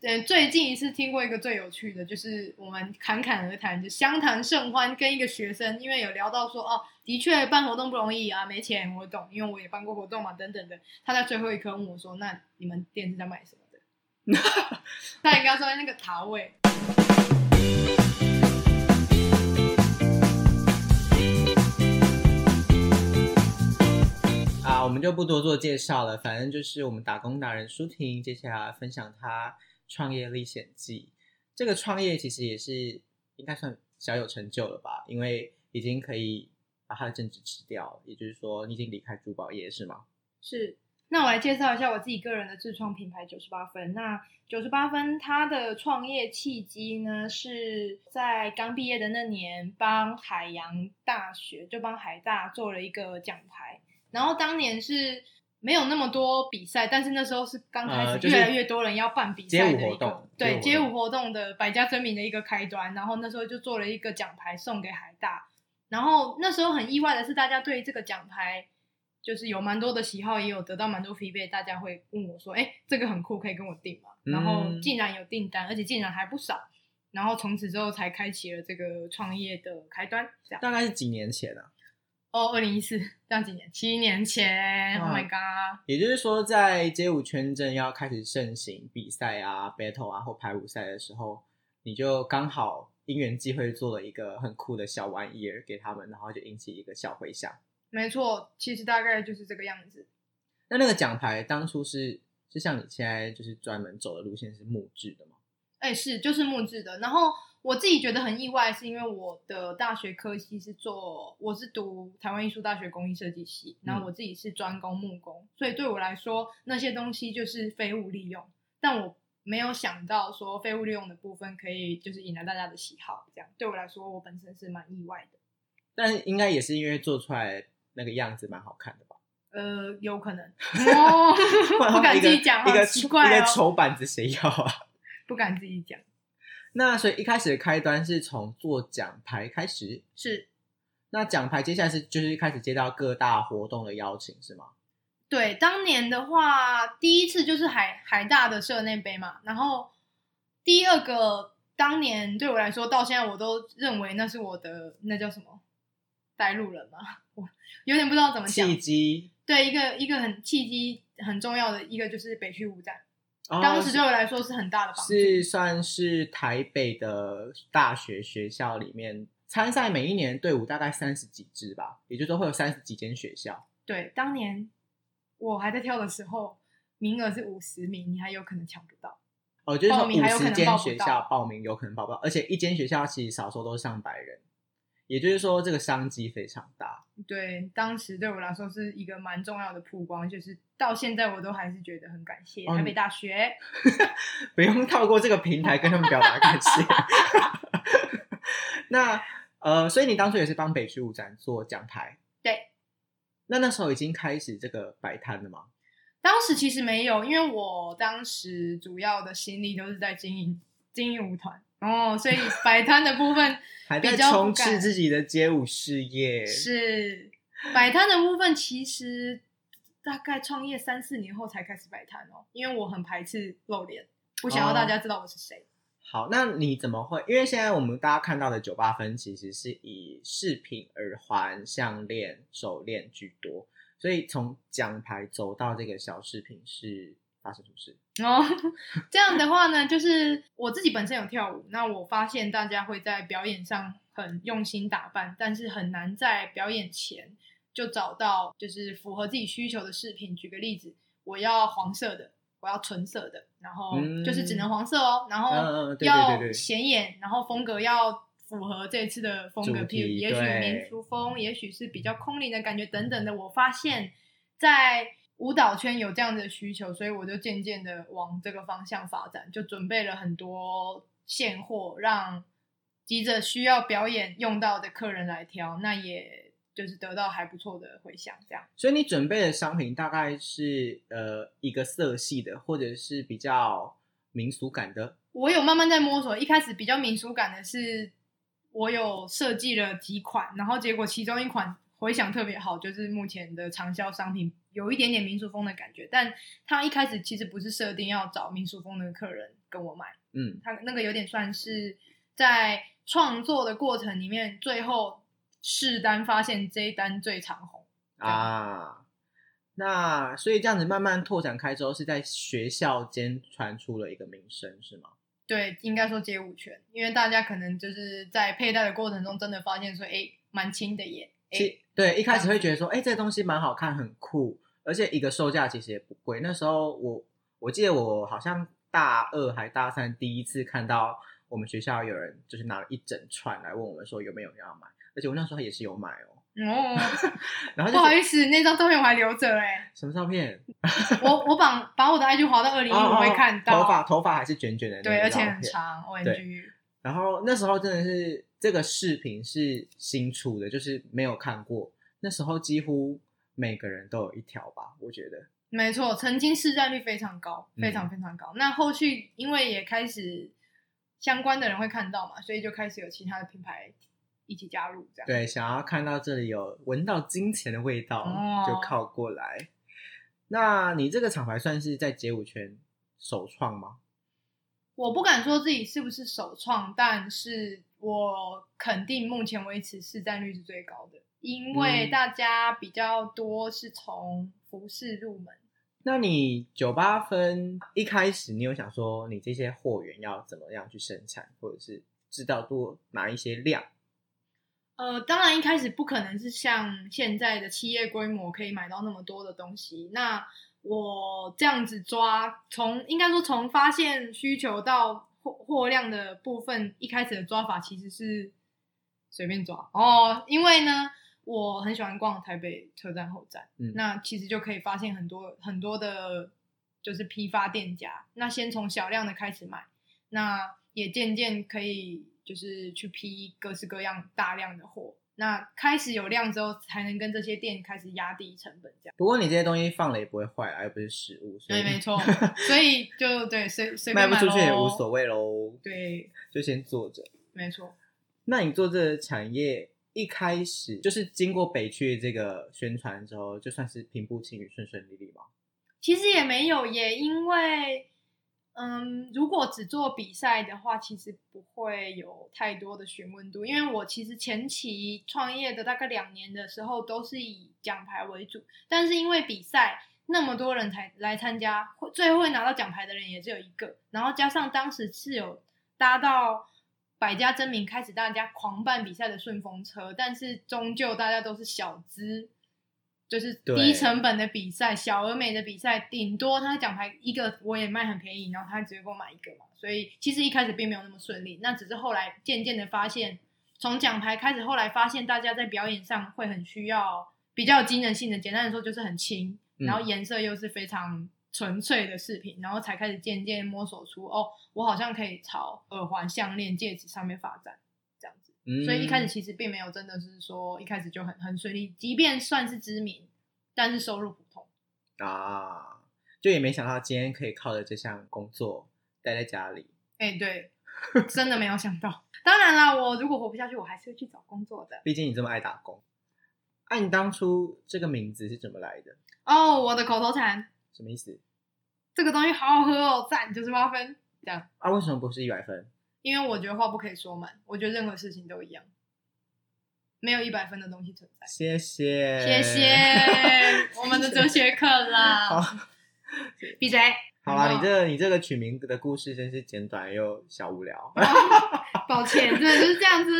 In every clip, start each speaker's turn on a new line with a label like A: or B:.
A: 对，最近一次听过一个最有趣的，就是我们侃侃而谈，就相谈甚欢，跟一个学生，因为有聊到说，哦，的确办活动不容易啊，没钱我懂，因为我也办过活动嘛，等等的。他在最后一刻问我说，那你们店是在卖什么的？他应该说那个塔位。
B: 啊，我们就不多做介绍了，反正就是我们打工达人舒婷，接下来分享她创业历险记。这个创业其实也是应该算小有成就了吧，因为已经可以把她的正职吃掉，也就是说你已经离开珠宝业是吗？
A: 是，那我来介绍一下我自己个人的自创品牌九十八分。那九十八分它的创业契机呢，是在刚毕业的那年，帮海洋大学就帮海大做了一个奖牌，然后当年是。没有那么多比赛，但是那时候是刚开
B: 呃
A: 始
B: 就是
A: 越来越多人要办比赛的一个、
B: 街舞活动
A: 对
B: 街
A: 街
B: 舞活
A: 舞
B: 动
A: 活动的百家争鸣的一个开端。然后那时候就做了一个奖牌送给海大，然后那时候很意外的是，大家对这个奖牌就是有蛮多的喜好，也有得到蛮多 feedback，大家会问我说：“哎，这个很酷，可以跟我订吗？”
B: 嗯
A: 然后竟然有订单，而且竟然还不少。然后从此之后才开启了这个创业的开端，这样
B: 大概是几年前啊，
A: 哦，二零一四，这样几年，七年前，Oh
B: 哇
A: my god！
B: 也就是说在街舞圈正要开始盛行比赛啊、battle 啊或排舞赛的时候，你就刚好因缘际会做了一个很酷的小玩意儿给他们，然后就引起一个小回响。
A: 没错，其实大概就是这个样子。
B: 那那个奖牌当初是就像你现在就是专门走的路线是木质的吗？
A: 哎，是就是木质的。然后我自己觉得很意外，是因为我的大学科系是做，我是读台湾艺术大学工艺设计系，然后我自己是专攻木工，所以对我来说那些东西就是废物利用，但我没有想到说废物利用的部分可以就是引来大家的喜好，这样对我来说我本身是蛮意外的。
B: 但应该也是因为做出来那个样子蛮好看的吧？
A: 呃，有可能，哦、 不敢自己讲，
B: 一
A: 好
B: 个
A: 奇怪
B: 一个
A: 哦，
B: 丑板子谁要啊？
A: 不敢自己讲，
B: 那所以一开始的开端是从做奖牌开始，
A: 是
B: 那奖牌接下来是就是开始接到各大活动的邀请是吗？
A: 对，当年的话，第一次就是海海大的社内杯嘛，然后第二个当年对我来说，到现在我都认为那是我的那叫什么带路人嘛，我有点不知道怎么讲
B: 契。机，
A: 对，一个一个很契机很重要的一个就是北区五站，
B: 哦
A: 当时对我来说是很大的帮助。
B: 是算是台北的大学学校里面参赛，每一年队伍大概三十几支吧，也就是说会有三十几间学校。
A: 对，当年我还在跳的时候，名额是五十名，你还有可能抢不到。
B: 哦，就是说
A: 报名
B: 五
A: 还有可
B: 十
A: 能
B: 间
A: 报不
B: 学
A: 到
B: 校报名有可能报不到，而且一间学校其实少说都是上百人，也就是说这个商机非常大。
A: 对，当时对我来说是一个蛮重要的曝光，就是到现在我都还是觉得很感谢
B: 哦
A: 台
B: 你
A: 北大学。
B: 不用透过这个平台跟他们表达感谢。那呃，所以你当初也是帮北区舞展做讲台，
A: 对。
B: 那那时候已经开始这个摆摊了吗？
A: 当时其实没有，因为我当时主要的心力都是在经营经营舞团，哦， 所以摆摊的部分
B: 还在
A: 比较不
B: 冲刺
A: 敢
B: 自己的街舞事业，
A: 是摆摊的部分，其实大概创业三四年后才开始摆摊哦，因为我很排斥露脸，不想要
B: 哦
A: 大家知道我是谁。
B: 好，那你怎么会？因为现在我们大家看到的九八分其实是以饰品、耳环、项链、手链居多，所以从奖牌走到这个小饰品是发生什么事？
A: 然后这样的话呢，就是我自己本身有跳舞，那我发现大家会在表演上很用心打扮，但是很难在表演前就找到就是符合自己需求的饰品。举个例子，我要黄色的，我要纯色的，然后
B: 嗯
A: 就是只能黄色哦，然
B: 嗯嗯
A: 后
B: 嗯对对对
A: 要
B: 对
A: 显眼，然后风格要。符合这次的风格，
B: 主
A: 譬如
B: 题
A: 也许
B: 对
A: 民族风，也许是比较空灵的感觉等等的。我发现在舞蹈圈有这样的需求，所以我就渐渐的往这个方向发展，就准备了很多现货，让急着需要表演用到的客人来挑，那也就是得到还不错的回响。这样
B: 所以你准备的商品大概是呃一个色系的，或者是比较民俗感的，
A: 我有慢慢在摸索，一开始比较民俗感的是，我有设计了几款，然后结果其中一款回响特别好，就是目前的畅销商品，有一点点民俗风的感觉，但它一开始其实不是设定要找民俗风的客人跟我买。
B: 嗯，
A: 他那个有点算是在创作的过程里面，最后试单发现这一单最长红。
B: 啊，那所以这样子慢慢拓展开之后，是在学校间传出了一个名声，是吗？
A: 对，应该说街舞圈，因为大家可能就是在佩戴的过程中，真的发现说，哎，蛮轻的耶，哎，
B: 其对，一开始会觉得说，哎、这东西蛮好看，很酷，而且一个售价其实也不贵。那时候我我记得我好像大二还大三第一次看到我们学校有人就是拿了一整串来问我们说有没有人要买，而且我那时候也是有买哦。
A: 哦，
B: 然
A: 不
B: 后就
A: 好
B: 是
A: 意思，那张照片我还留着哎，
B: 什么照片？哦
A: 我我把把我的 IG 滑到二零一五会看到，
B: 头发头发还是卷卷的那个
A: 对，而且
B: 照
A: 很
B: 片
A: 长，ONG，
B: 然后那时候真的是这个视频是新出的，就是没有看过。那时候几乎每个人都有一条吧，我觉得。
A: 没错，曾经市占率非常高，
B: 嗯
A: 非常非常高。那后续因为也开始相关的人会看到嘛，所以就开始有其他的品牌一起加入这样。
B: 对，想要看到这里有闻到金钱的味道，
A: 哦
B: 就靠过来。那你这个厂牌算是在街舞圈首创吗？
A: 我不敢说自己是不是首创，但是我肯定目前为止市占率是最高的，因为
B: 嗯
A: 大家比较多是从服饰入门。
B: 那你九八分一开始，你有想说你这些货源要怎么样去生产，或者是知道多哪一些量？
A: 呃，当然一开始不可能是像现在的企业规模可以买到那么多的东西。那我这样子抓，从应该说从发现需求到货货量的部分，一开始的抓法其实是随便抓哦，因为呢，我很喜欢逛台北车站后站，
B: 嗯
A: 那其实就可以发现很多很多的，就是批发店家。那先从小量的开始买，那也渐渐可以就是去批各式各样大量的货。那开始有量之后，才能跟这些店开始压低成本，这样。
B: 不过你这些东西放了也不会坏啊，又不是食物，所以
A: 对，没 错。所以就对随随
B: 卖
A: 便
B: 不
A: 买
B: 出去也无
A: 咯
B: 所。谓喽，
A: 对，
B: 就先做着。
A: 没错。
B: 那你做这个产业一开始就是经过北区的这个宣传之后，就算是平步青云、顺顺利利嘛。
A: 其实也没有耶，因为嗯，如果只做比赛的话，其实不会有太多的询问度。因为我其实前期创业的大概两年的时候，都是以奖牌为主，但是因为比赛那么多人才来参加，会最后会拿到奖牌的人也只有一个，然后加上当时是有搭到。百家争鸣开始，大家狂办比赛的顺风车，但是终究大家都是小资，就是
B: 对
A: 低成本的比赛，小而美的比赛，顶多他的奖牌一个我也卖很便宜，然后他直接给我买一个嘛，所以其实一开始并没有那么顺利，那只是后来渐渐的发现，从奖牌开始，后来发现大家在表演上会很需要比较有机能性的，简单的说就是很轻，
B: 嗯
A: 然后颜色又是非常纯粹的饰品，然后才开始渐渐摸索出哦，我好像可以朝耳环、项链、戒指上面发展这样子。
B: 嗯，
A: 所以一开始其实并没有真的是说一开始就很很顺利，即便算是知名，但是收入普通。
B: 啊，就也没想到今天可以靠着这项工作待在家里。
A: 哎、对，真的没有想到。当然啦，我如果活不下去，我还是会去找工作的。
B: 毕竟你这么爱打工，哎、你当初这个名字是怎么来的？
A: 哦，我的口头禅，
B: 什么意思
A: 这个东西好好喝哦，赞九十八分，这样。
B: 啊？为什么不是一百分？
A: 因为我觉得话不可以说满，我觉得任何事情都一样，没有一百分的东西存在。
B: 谢谢，
A: 谢谢 我们的哲学课
B: 好
A: 啦，闭 嘴。
B: 好啦，你
A: 真
B: 这个你这个取名的故事真是简短又小无聊。
A: 抱歉，真的就是这样子。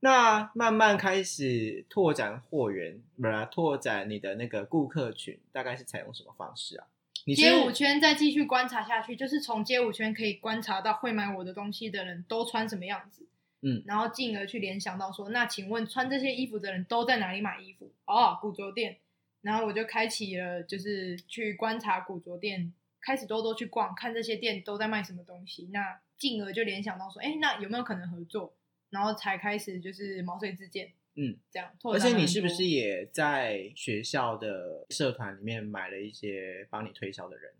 B: 那慢慢开始拓展货源，不是啊拓展你的那个顾客群，大概是采用什么方式啊？你是
A: 街舞圈再继续观察下去，就是从街舞圈可以观察到会买我的东西的人都穿什么样子，
B: 嗯
A: 然后进而去联想到说，那请问穿这些衣服的人都在哪里买衣服？哦，古着店。然后我就开启了，就是去观察古着店，开始多多去逛，看这些店都在卖什么东西，那进而就联想到说，哎，那有没有可能合作？然后才开始就是毛遂自荐，
B: 嗯，
A: 这样。拓
B: 而
A: 展
B: 且
A: 很
B: 你
A: 多
B: 是不是也在学校的社团里面买了一些帮你推销的人？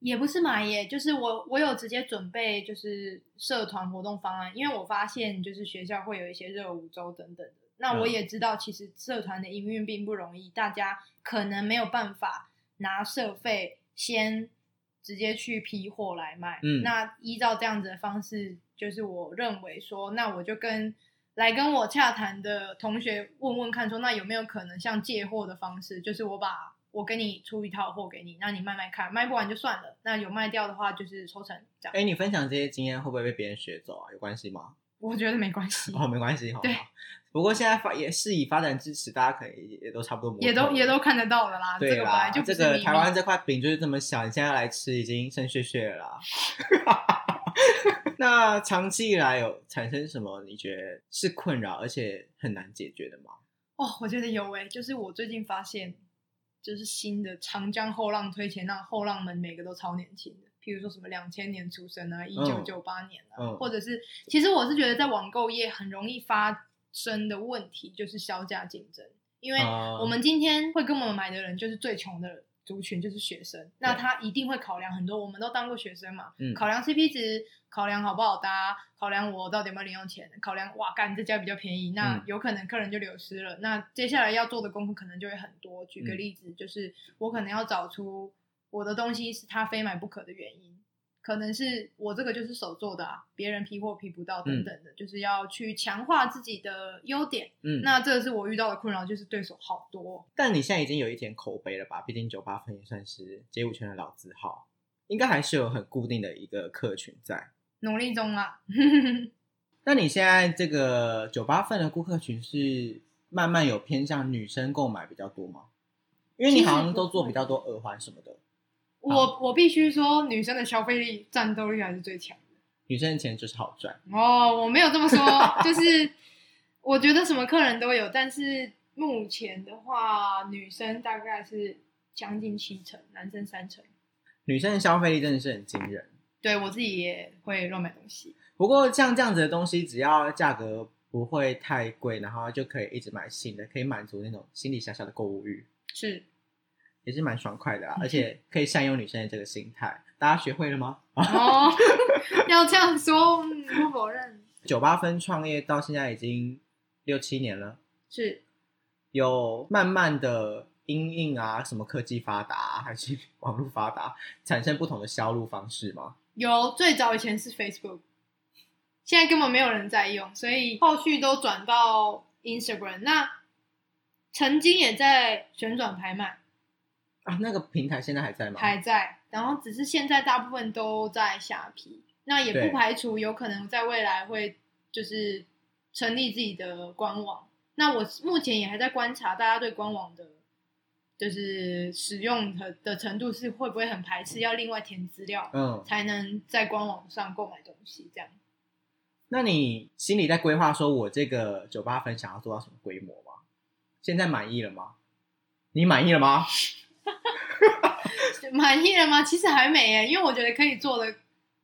A: 也不是买耶，就是我我有直接准备就是社团活动方案，因为我发现就是学校会有一些热舞周等等的。那我
B: 嗯
A: 也知道，其实社团的营运并不容易，大家可能没有办法拿社费先直接去批货来卖。
B: 嗯
A: 那依照这样子的方式，就是我认为说，那我就跟来跟我洽谈的同学问问看说那有没有可能像借货的方式，就是我把我给你出一套货给你，那你卖卖看，卖不完就算了。那有卖掉的话，就是抽成这样。
B: 哎，你分享这些经验会不会被别人学走啊？有关系吗？
A: 我觉得没关系，
B: 哦，没关系，好
A: 对
B: 好。不过现在发也是以发展支持，大家可能也也都差不多摸透
A: 也都
B: 了
A: 也都看得到了啦。啊这
B: 对
A: 个本来
B: 啦，
A: 就不
B: 这
A: 是
B: 个
A: 秘密
B: 台湾这块饼就是这么小，你现在来吃已经生血血了啦。 那长期以来有产生什么你觉得是困扰而且很难解决的吗？
A: 哦，我觉得有诶、就是我最近发现，就是新的长江后浪推前浪，后浪们每个都超年轻的，譬如说什么两千年出生啊，一九九八年啊，
B: 嗯
A: 或者是其实我是觉得在网购业很容易发生的问题就是销价竞争，因为
B: 啊
A: 我们今天会跟我们买的人就是最穷的族群，就是学生，那他一定会考量很多，我们都当过学生嘛，
B: 嗯
A: 考量 CP 值，考量好不好搭，考量我到底有没有零用钱，考量哇干这家比较便宜，那
B: 嗯
A: 有可能客人就流失了。那接下来要做的功夫可能就会很多。举个
B: 嗯
A: 例子，就是我可能要找出我的东西是他非买不可的原因，可能是我这个就是手做的啊，别人批货批不到等等的，就是要去强化自己的优点。
B: 嗯，
A: 那这是我遇到的困扰，就是对手好多哦、
B: 但你现在已经有一点口碑了吧？毕竟九八分也算是街舞圈的老字号，应该还是有很固定的一个客群在。
A: 努力中啊啦。
B: 那你现在这个酒吧份的顾客群是慢慢有偏向女生购买比较多吗？因为你好像都做比较多耳环什么的，
A: 我我必须说，女生的消费力、战斗力还是最强。
B: 女生的钱就是好赚。
A: 哦，我没有这 么说，就是我觉得什么客人都有，但是目前的话，女生大概是将近七成，男生三成。
B: 女生的消费力真的是很惊人。
A: 对我自己也会乱买东西，
B: 不过像这样子的东西，只要价格不会太贵，然后就可以一直买新的，可以满足那种心里小小的购物欲，
A: 是
B: 也是蛮爽快的啦。
A: 嗯
B: 而且可以善用女生的这个心态，大家学会了吗？
A: 哦， 要这样说，嗯，不否认，
B: 九八分创业到现在已经六七年了，
A: 是
B: 有慢慢的因应啊，什么科技发达啊、还是 网络发达，产生不同的销路方式吗？
A: 有最早以前是 Facebook，现在根本没有人在用，所以后续都转到 Instagram。那曾经也在旋转拍卖，
B: 啊，那个平台现在还在吗？
A: 还在，然后只是现在大部分都在下皮，那也
B: 对
A: 不排除有可能在未来会就是成立自己的官网。那我目前也还在观察大家对官网的，就是使用的的程度是会不会很排斥，要另外填资料
B: 嗯，
A: 才能在官网上购买东西这样。
B: 那你心里在规划说，我这个酒吧分想要做到什么规模吗？现在满意了吗？你满意了吗？
A: 满意了吗？其实还没耶，因为我觉得可以做的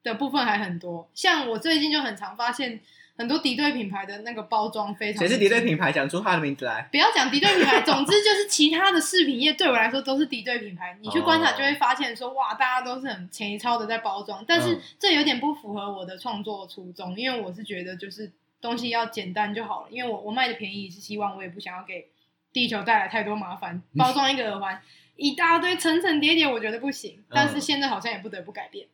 A: 的部分还很多。像我最近就很常发现，很多敌对品牌的那个包装非常
B: 谁是敌对
A: 精致
B: 品牌？讲出他的名字来。
A: 不要讲敌对品牌，总之就是其他的饰品业对我来说都是敌对品牌。你去观察就会发现说，哇，大家都是很前一超的在包装，但是
B: 嗯
A: 这有点不符合我的创作初衷，因为我是觉得就是东西要简单就好了，因为我我卖的便宜是希望我也不想要给地球带来太多麻烦，包装一个耳环一大堆层层叠叠，我觉得不行。但是现在好像也不得不改变。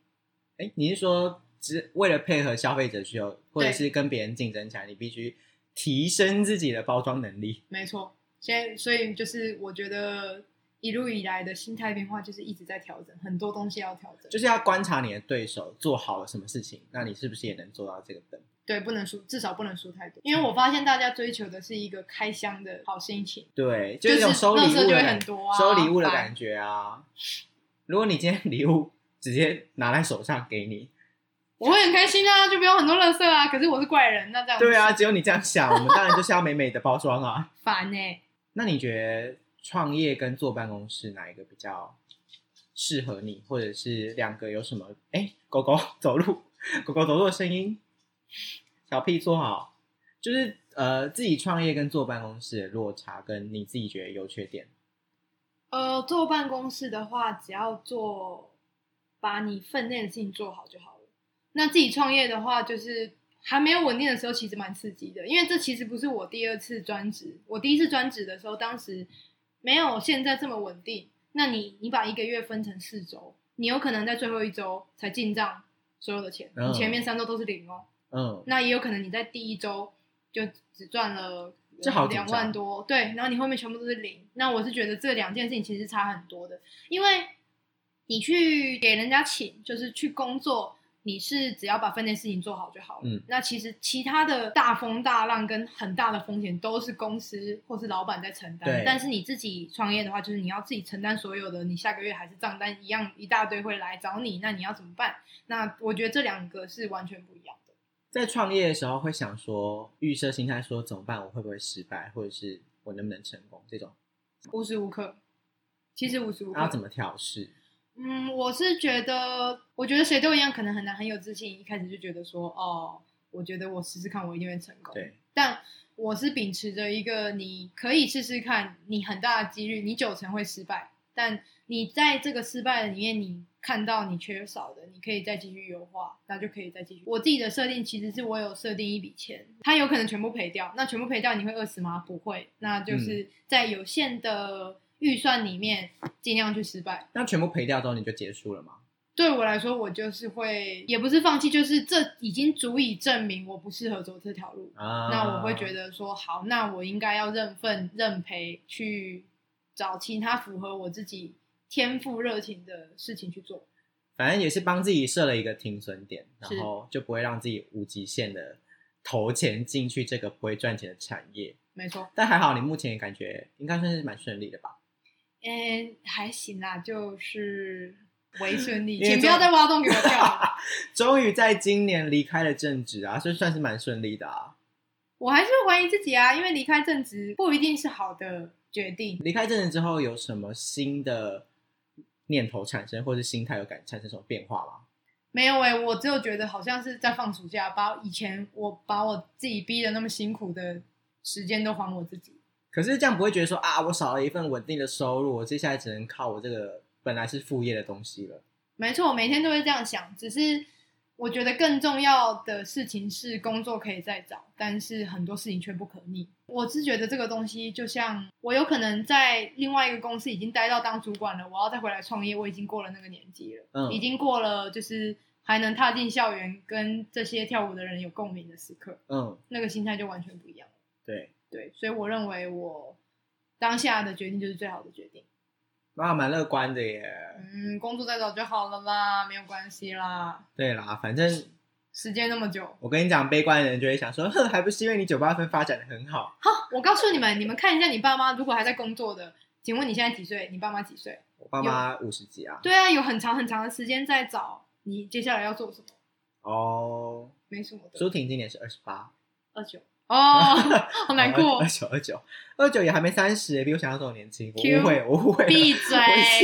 B: 哎，你是说只为了配合消费者需求，或者
A: 对
B: 是跟别人竞争起来，你必须提升自己的包装能力？
A: 没错，现在所以就是我觉得一路以来的心态变化就是一直在调整，很多东西要调整
B: 就。是要观察你的对手做好了什么事情，那你是不是也能做到这个等？
A: 对，不能输，至少不能输太多。因为我发现大家追求的是一个开箱的好心情，
B: 对，
A: 就是
B: 是一种收礼
A: 垃圾
B: 物
A: 就
B: 的
A: 会
B: 感
A: 很多啊
B: 收礼物的
A: 拜
B: 感觉啊。如果你今天礼物直接拿在手上给你，
A: 我会很开心啊，就不用很多垃圾啊。可是我是怪人，那这样
B: 对啊，只有你这样想，我们当然就是要美美的包 装啊。
A: 烦欸呢、
B: 那你觉得创业跟坐办公室哪一个比较适合你，或者是两个有什么？哎，狗狗走路， 狗狗走路的声音，小屁坐好，就是呃，自己创业跟坐办公室的落差，跟你自己觉得优缺点。
A: 呃，坐办公室的话，只要做把你分内的事情做好就好了。那自己创业的话，就是还没有稳定的时候，其实蛮刺激的，因为这其实不是我第二次专职。我第一次专职的时候，当时没有现在这么稳定。那你你把一个月分成四周，你有可能在最后一周才进账所有的钱，
B: 嗯
A: 你前面三周都是零哦。
B: 嗯，
A: 那也有可能你在第一周就只赚了
B: 这好紧
A: 两
B: 张
A: 万多，对，然后你后面全部都是零。那我是觉得这两件事情其实差很多的，因为你去给人家请，就是去工作。你是只要把分内事情做好就好了。
B: 嗯
A: 那其实其他的大风大浪跟很大的风险都是公司或是老板在承担
B: 对，
A: 但是你自己创业的话，就是你要自己承担所有的，你下个月还是账单一样一大堆会来找你，那你要怎么办？那我觉得这两个是完全不一样的。
B: 在创业的时候会想说预设心态，说怎么办，我会不会失败，或者是我能不能成功这种，
A: 无时无刻，其实无时无刻。
B: 然后怎么调试？
A: 嗯，我是觉得，我觉得谁都一样，可能很难很有自信，一开始就觉得说，哦，我觉得我试试看，我一定会成功。
B: 对，
A: 但我是秉持着一个，你可以试试看，你很大的几率，你九成会失败，但你在这个失败里面，你看到你缺少的，你可以再继续优化，那就可以再继续。我自己的设定其实是我有设定一笔钱，它有可能全部赔掉，那全部赔掉你会饿死吗？不会，那就是在有限的预算里面，尽量去失败。
B: 那全部赔掉之后你就结束了吗？
A: 对我来说，我就是会，也不是放弃，就是这已经足以证明我不适合走这条路。
B: 啊，
A: 那我会觉得说，好，那我应该要认份认赔，去找其他符合我自己天赋热情的事情去做。
B: 反正也是帮自己设了一个停损点，
A: 是
B: 然后就不会让自己无极限的投钱进去这个不会赚钱的产业。
A: 没错，
B: 但还好，你目前也感觉应该算是蛮顺利的吧？
A: 嗯，还行啦，就是为顺 利，
B: 因为
A: 请不
B: 这
A: 要再挖洞给我跳了。
B: 终于在今年离开了正职啊，所以算是蛮顺利的啊。
A: 我还是会怀疑自己啊，因为离开正职不一定是好的决定。
B: 离开正职之后，有什么新的念头产生，或是心态有感产生什么变化吗？
A: 没有哎、我只有觉得好像是在放暑假，把以前我把我自己逼的那么辛苦的时间都还我自己。
B: 可是这样不会觉得说啊，我少了一份稳定的收入，我接下来只能靠我这个本来是副业的东西了。
A: 没错，我每天都会这样想，只是我觉得更重要的事情是工作可以再找，但是很多事情却不可逆。我是觉得这个东西就像我有可能在另外一个公司已经待到当主管了，我要再回来创业，我已经过了那个年纪了，
B: 嗯
A: 已经过了就是还能踏进校园跟这些跳舞的人有共鸣的时刻，
B: 嗯，
A: 那个心态就完全不一样了。
B: 对，
A: 对，所以我认为我当下的决定就是最好的决定。
B: 那蛮乐观的耶。
A: 嗯，工作再找就好了啦，没有关系啦。
B: 对啦，反正
A: 时间那么久，
B: 我跟你讲，悲观的人就会想说，哼，还不是因为你九八分发展的很好。
A: 好，我告诉你们，你们看一下你爸妈，如果还在工作的，请问你现在几岁？你爸妈几岁？
B: 我爸妈五十几啊。
A: 对啊，有很长很长的时间在找你接下来要做什么，
B: 哦，
A: 没什么的。
B: 舒婷今年是二十八，
A: 二九哦， 好难过
B: 二，九二九二九也还没三十，比我想象中的年轻。我
A: Q
B: 误会，我误会了，
A: 闭
B: 我以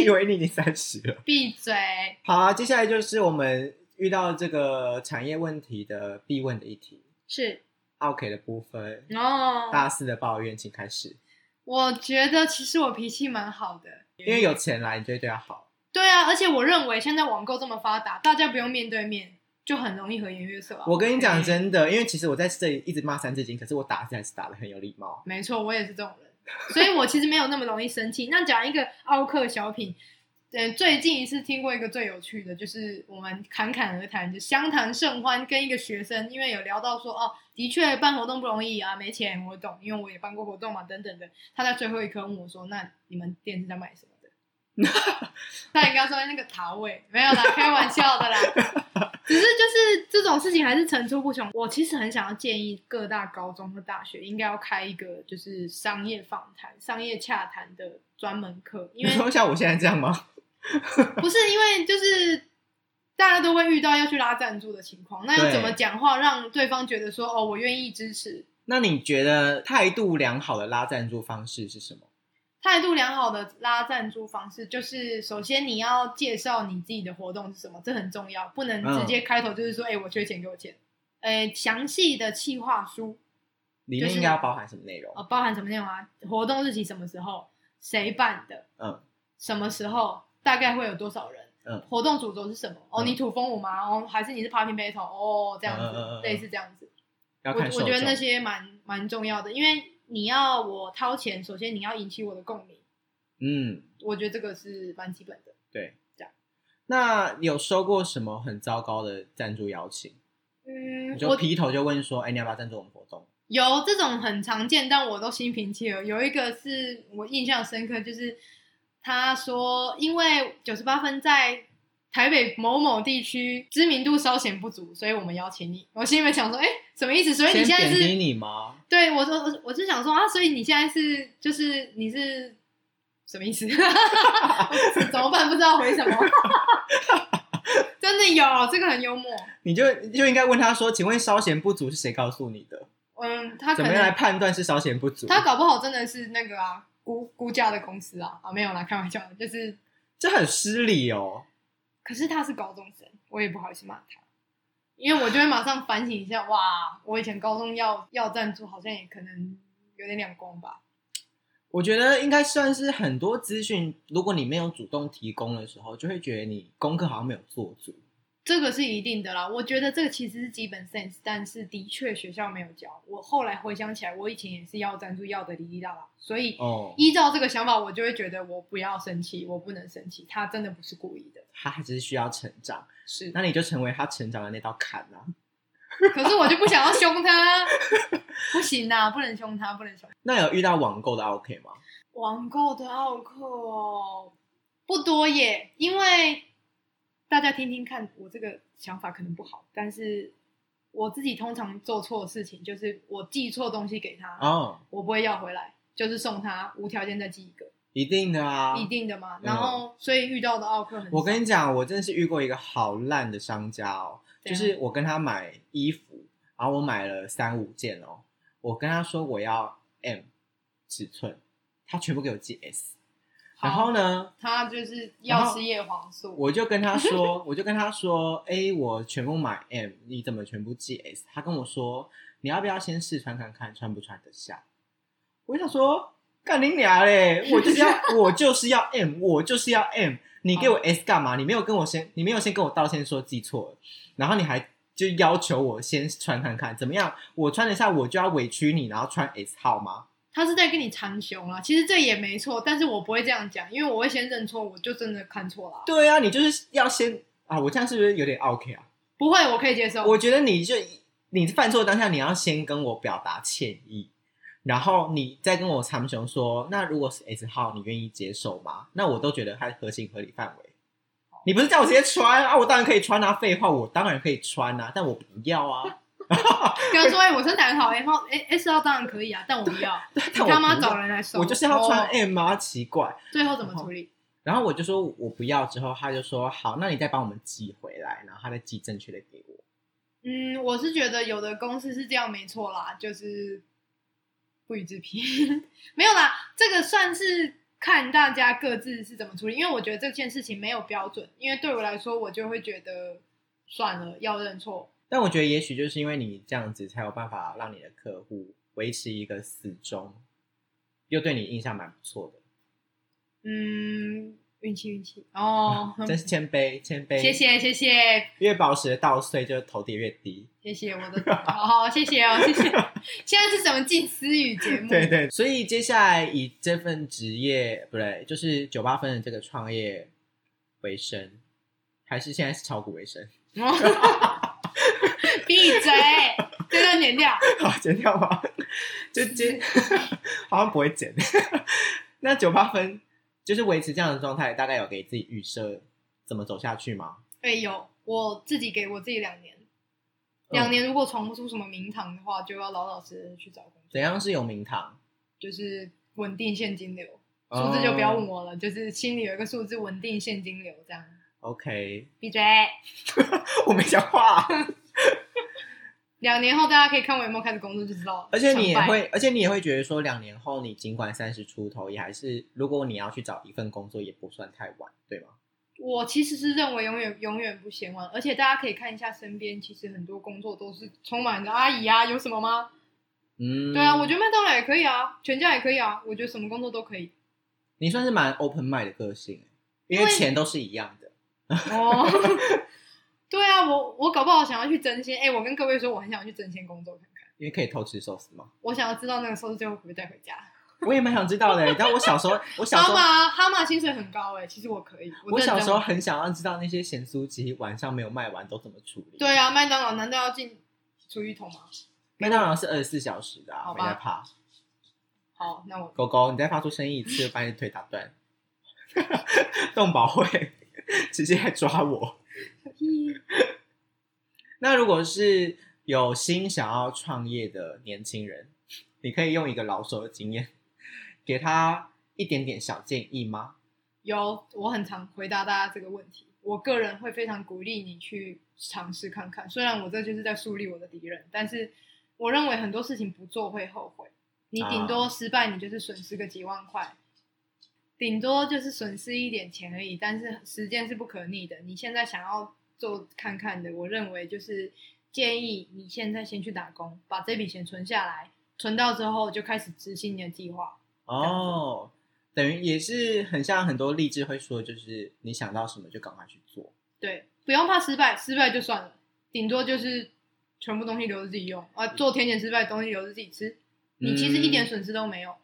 A: 嘴，
B: 为你已经三十了。
A: 闭嘴。
B: 好啊，接下来就是我们遇到这个产业问题的必问的一题，
A: 是
B: 奥 K 的部分，
A: 哦，
B: 大四的抱怨，请开始。
A: 我觉得其实我脾气蛮好的，
B: 因为有钱来，你就会对他好。
A: 对啊，而且我认为现在网购这么发达，大家不用面对面，就很容易和颜悦色啊。
B: 我跟你讲
A: 哎
B: 真的，因为其实我在这里一直骂三字经，可是我打字还是打的很有礼貌。
A: 没错，我也是这种人，所以我其实没有那么容易生气。那讲一个奥克小品，呃，最近一次听过一个最有趣的，就是我们侃侃而谈，就相谈甚欢，跟一个学生，因为有聊到说，哦，的确办活动不容易啊，没钱我懂，因为我也办过活动嘛，等等的。他在最后一刻问我说，那你们店是在卖什么的？ 他应该说那个塔位没有啦，开玩笑的啦。 只是就是这种事情还是层出不穷。我其实很想要建议各大高中和大学应该要开一个就是商业访谈、商业洽谈的专门课，因
B: 你
A: 为
B: 说像我现在这样吗？
A: 不是因为就是大家都会遇到要去拉赞助的情况，那要
B: 对
A: 怎么讲话让对方觉得说哦，我愿意支持？
B: 那你觉得态度良好的拉赞助方式是什么？
A: 态度良好的拉赞助方式，就是首先你要介绍你自己的活动是什么，这很重要，不能直接开头就是说，哎、我缺钱，给我钱。
B: 嗯
A: 呃，详细的企划书
B: 里面
A: 就是
B: 应该要包含什么内容？
A: 呃，包含什么内容啊？活动日期什么时候？谁办的？
B: 嗯，
A: 什么时候？大概会有多少人？
B: 嗯
A: 活动主轴是什么？哦，
B: 嗯
A: 你土风舞吗？哦，还是你是 popping battle？哦，这样子，
B: 嗯嗯嗯嗯
A: 类似这样子。
B: 要
A: 我
B: 看受
A: 我
B: 众。
A: 觉得那些蛮蛮重要的，因为你要我掏钱，首先你要引起我的共鸣，
B: 嗯，
A: 我觉得这个是蛮基本的。
B: 对，
A: 这样。
B: 那有收过什么很糟糕的赞助邀请？
A: 嗯
B: 你，就
A: 我
B: 劈头就问说，哎、你要不要赞助我们活动？
A: 有这种很常见，但我都心平气和。有一个是我印象深刻，就是他说，因为九十八分在台北某某地区知名度稍显不足，所以我们邀请你。我心里面想说，哎、什么意思？所以你现
B: 先
A: 在
B: 贬
A: 是
B: 低你吗？
A: 对我说，我我就想说啊，所以你现在是就是你是什么意思？ 我怎么办？不知道回什么。 真的有这个很幽默，
B: 你就就应该问他说，请问稍嫌不足是谁告诉你的？
A: 嗯，他可
B: 怎么样来
A: 能
B: 判断是稍嫌不足？
A: 他搞不好真的是那个啊估估价的公司啊啊没有啦，开玩笑的，就是
B: 这很失礼哦。
A: 可是他是高中生，我也不好意思骂他，因为我就会马上反省一下，哇，我以前高中要要赞助好像也可能有点两光吧，
B: 我觉得应该算是很多资讯，如果你没有主动提供的时候，就会觉得你功课好像没有做足。
A: 这个是一定的啦，我觉得这个其实是基本 sense，但是的确学校没有教。我后来回想起来，我以前也是要赞助要的哩哩啦啦，所以
B: 哦，
A: 依照这个想法，我就会觉得我不要生气，我不能生气，他真的不是故意的，
B: 他还是需要成长，
A: 是。
B: 那你就成为他成长的那道坎啊。
A: 可是我就不想要凶他，不行啊，不能凶他，不能凶。
B: 那有遇到网购的 OK 吗？
A: 网购的奥克哦，不多耶，因为大家听听看，我这个想法可能不好，但是我自己通常做错的事情就是我寄错东西给他，
B: 哦，
A: 我不会要回来，就是送他无条件再寄一个，
B: 一定的啊，
A: 一定的嘛。
B: 嗯
A: 然后所以遇到的奥克很少，
B: 我跟你讲，我真的是遇过一个好烂的商家哦，
A: 怎
B: 就
A: 样
B: 是我跟他买衣服，然后我买了三五件哦，我跟他说我要 M 尺寸，他全部给我寄 S，
A: 好
B: 然后呢，
A: 他就是
B: 然
A: 要
B: 后
A: 吃叶黄素，
B: 我就跟他说， 我就跟他说，哎、我全部买 M，你怎么全部寄 S？他跟我说，你要不要先试穿看看穿不穿得下？我想说，干你娘嘞！我就是要，我就是要 M，我就是要 M。你给我 S 干嘛？你没有跟我先，你没有先跟我道歉说记错了，然后你还就要求我先穿看看怎么样？我穿得下，我就要委屈你，然后穿 S 号吗？
A: 他是在跟你长熊啊。其实这也没错，但是我不会这样讲，因为我会先认错，我就真的看错了啊。
B: 对啊，你就是要先啊！我这样是不是有点 OK 啊？
A: 不会，我可以接受。
B: 我觉得你就你犯错当下，你要先跟我表达歉意，然后你再跟我长雄说，那如果是 S 号，你愿意接受吗？那我都觉得它合情合理范围。你不是叫我直接穿啊？我当然可以穿啊！废话，我当然可以穿啊，但我不要啊！
A: 跟他说：“哎、我身材很好，然后 S 号当然可以啊，但我不要，你
B: 但我
A: 他妈
B: 不要啊
A: 找人来收，
B: 我就是要穿
A: 哦
B: M 啊，奇怪。
A: 最后怎么处理？
B: 然后我就说我不要，之后他就说好，那你再帮我们寄回来，然后他再寄正确的给我。
A: 嗯，我是觉得有的公司是这样没错啦，就是不予置评， 没有啦，这个算是看大家各自是怎么处理，因为我觉得这件事情没有标准，因为对我来说，我就会觉得算了，要认错，
B: 但我觉得也许就是因为你这样子，才有办法让你的客户维持一个死忠，又对你印象蛮不错的。
A: 嗯，运气运气哦，
B: 真是谦卑，谦卑。
A: 谢。谢谢谢
B: 越保持的稻穗，就头顶越低。
A: 谢谢我的，好好谢谢哦，谢谢，现在是什么近思语节目？
B: 对对。所以接下来以这份职业，不对，就是九八分的这个创业为生，还是现在是炒股为生？
A: 哦 闭嘴，这段剪掉。
B: 好，剪掉吧。 就剪，好像不会剪。 那九八分就是维持这样的状态，大概有给自己预设怎么走下去吗？
A: 哎、有我自己给我自己两年，
B: 嗯
A: 两年如果闯不出什么名堂的话，就要老老实实去找工作，
B: 怎样是有名堂？
A: 就是稳定现金流。
B: 哦
A: 数字就不要问我了，就是心里有一个数字，稳定现金流这样。
B: OK，
A: 闭嘴！
B: 我没讲话。
A: 两年后大家可以看我有没有开始工作就知道了。
B: 而且你也
A: 成败，
B: 会，而且你也会觉得说，两年后你尽管三十出头，也还是如果你要去找一份工作，也不算太晚，对吗？
A: 我其实是认为永远永远不嫌晚，而且大家可以看一下身边，其实很多工作都是充满着阿姨啊，有什么吗？
B: 嗯，
A: 对啊，我觉得麦当劳也可以啊，全家也可以啊，我觉得什么工作都可以。
B: 你算是蛮 open mind 的个性，欸
A: 因
B: 因为
A: 为
B: 钱都是一样的。
A: 哦， 对啊，我我搞不好想要去争先，哎、我跟各位说，我很想去争先工作看看，
B: 因为可以偷吃寿司嘛，
A: 我想要知道那个寿司最后会不会带回家。
B: 我也蛮想知道 的。欸但我小时候，我小时
A: 哈
B: 候，
A: 马哈马薪水很高哎、其实我可以。
B: 我
A: 真的
B: 小
A: 这
B: 时
A: 样
B: 候很想要知道那些咸酥鸡晚上没有卖完都怎么处理。
A: 对，啊，麦当劳难道要进厨余桶吗？
B: 麦当劳是二十四小时的、啊，
A: 好
B: 没
A: 吧
B: 在怕。
A: 好，那我
B: 狗狗，你再发出声音一次，把你的腿打断。 动保会直接来抓我。那如果是有心想要创业的年轻人，你可以用一个老手的经验，给他一点点小建议吗？
A: 有，我很常回答大家这个问题。我个人会非常鼓励你去尝试看看，虽然我这就是在树立我的敌人，但是我认为很多事情不做会后悔。你顶多
B: 啊
A: 失败，你就是损失个几万块，顶多就是损失一点钱而已。但是时间是不可逆的，你现在想要做看看的，我认为就是建议你现在先去打工，把这笔钱存下来，存到之后就开始执行你的计划。
B: 哦，等于也是很像很多励志会说，就是你想到什么就赶快去做。
A: 对，不用怕失败，失败就算了，顶多就是全部东西留着自己用啊，做甜点失败，东西留着自己吃，你其实一点
B: 嗯
A: 损失都没有。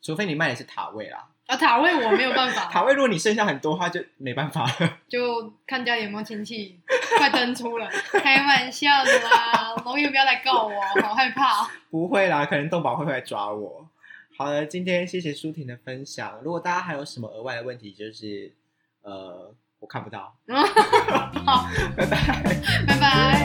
B: 除非你卖的是塔位啦，
A: 啊，塔位我没有办
B: 塔
A: 法，
B: 位如果你剩下很多的话，就没办法了。
A: 就看家里有没有亲戚快登出 了，开玩笑的啦，龙爷不要来告我，好害 怕哦。
B: 不会啦，可能动保会来抓我。好了，今天谢谢舒婷的分享。如果大家还有什么额外的问题，就是呃，我看不到。
A: 好，
B: 拜拜。
A: 拜拜。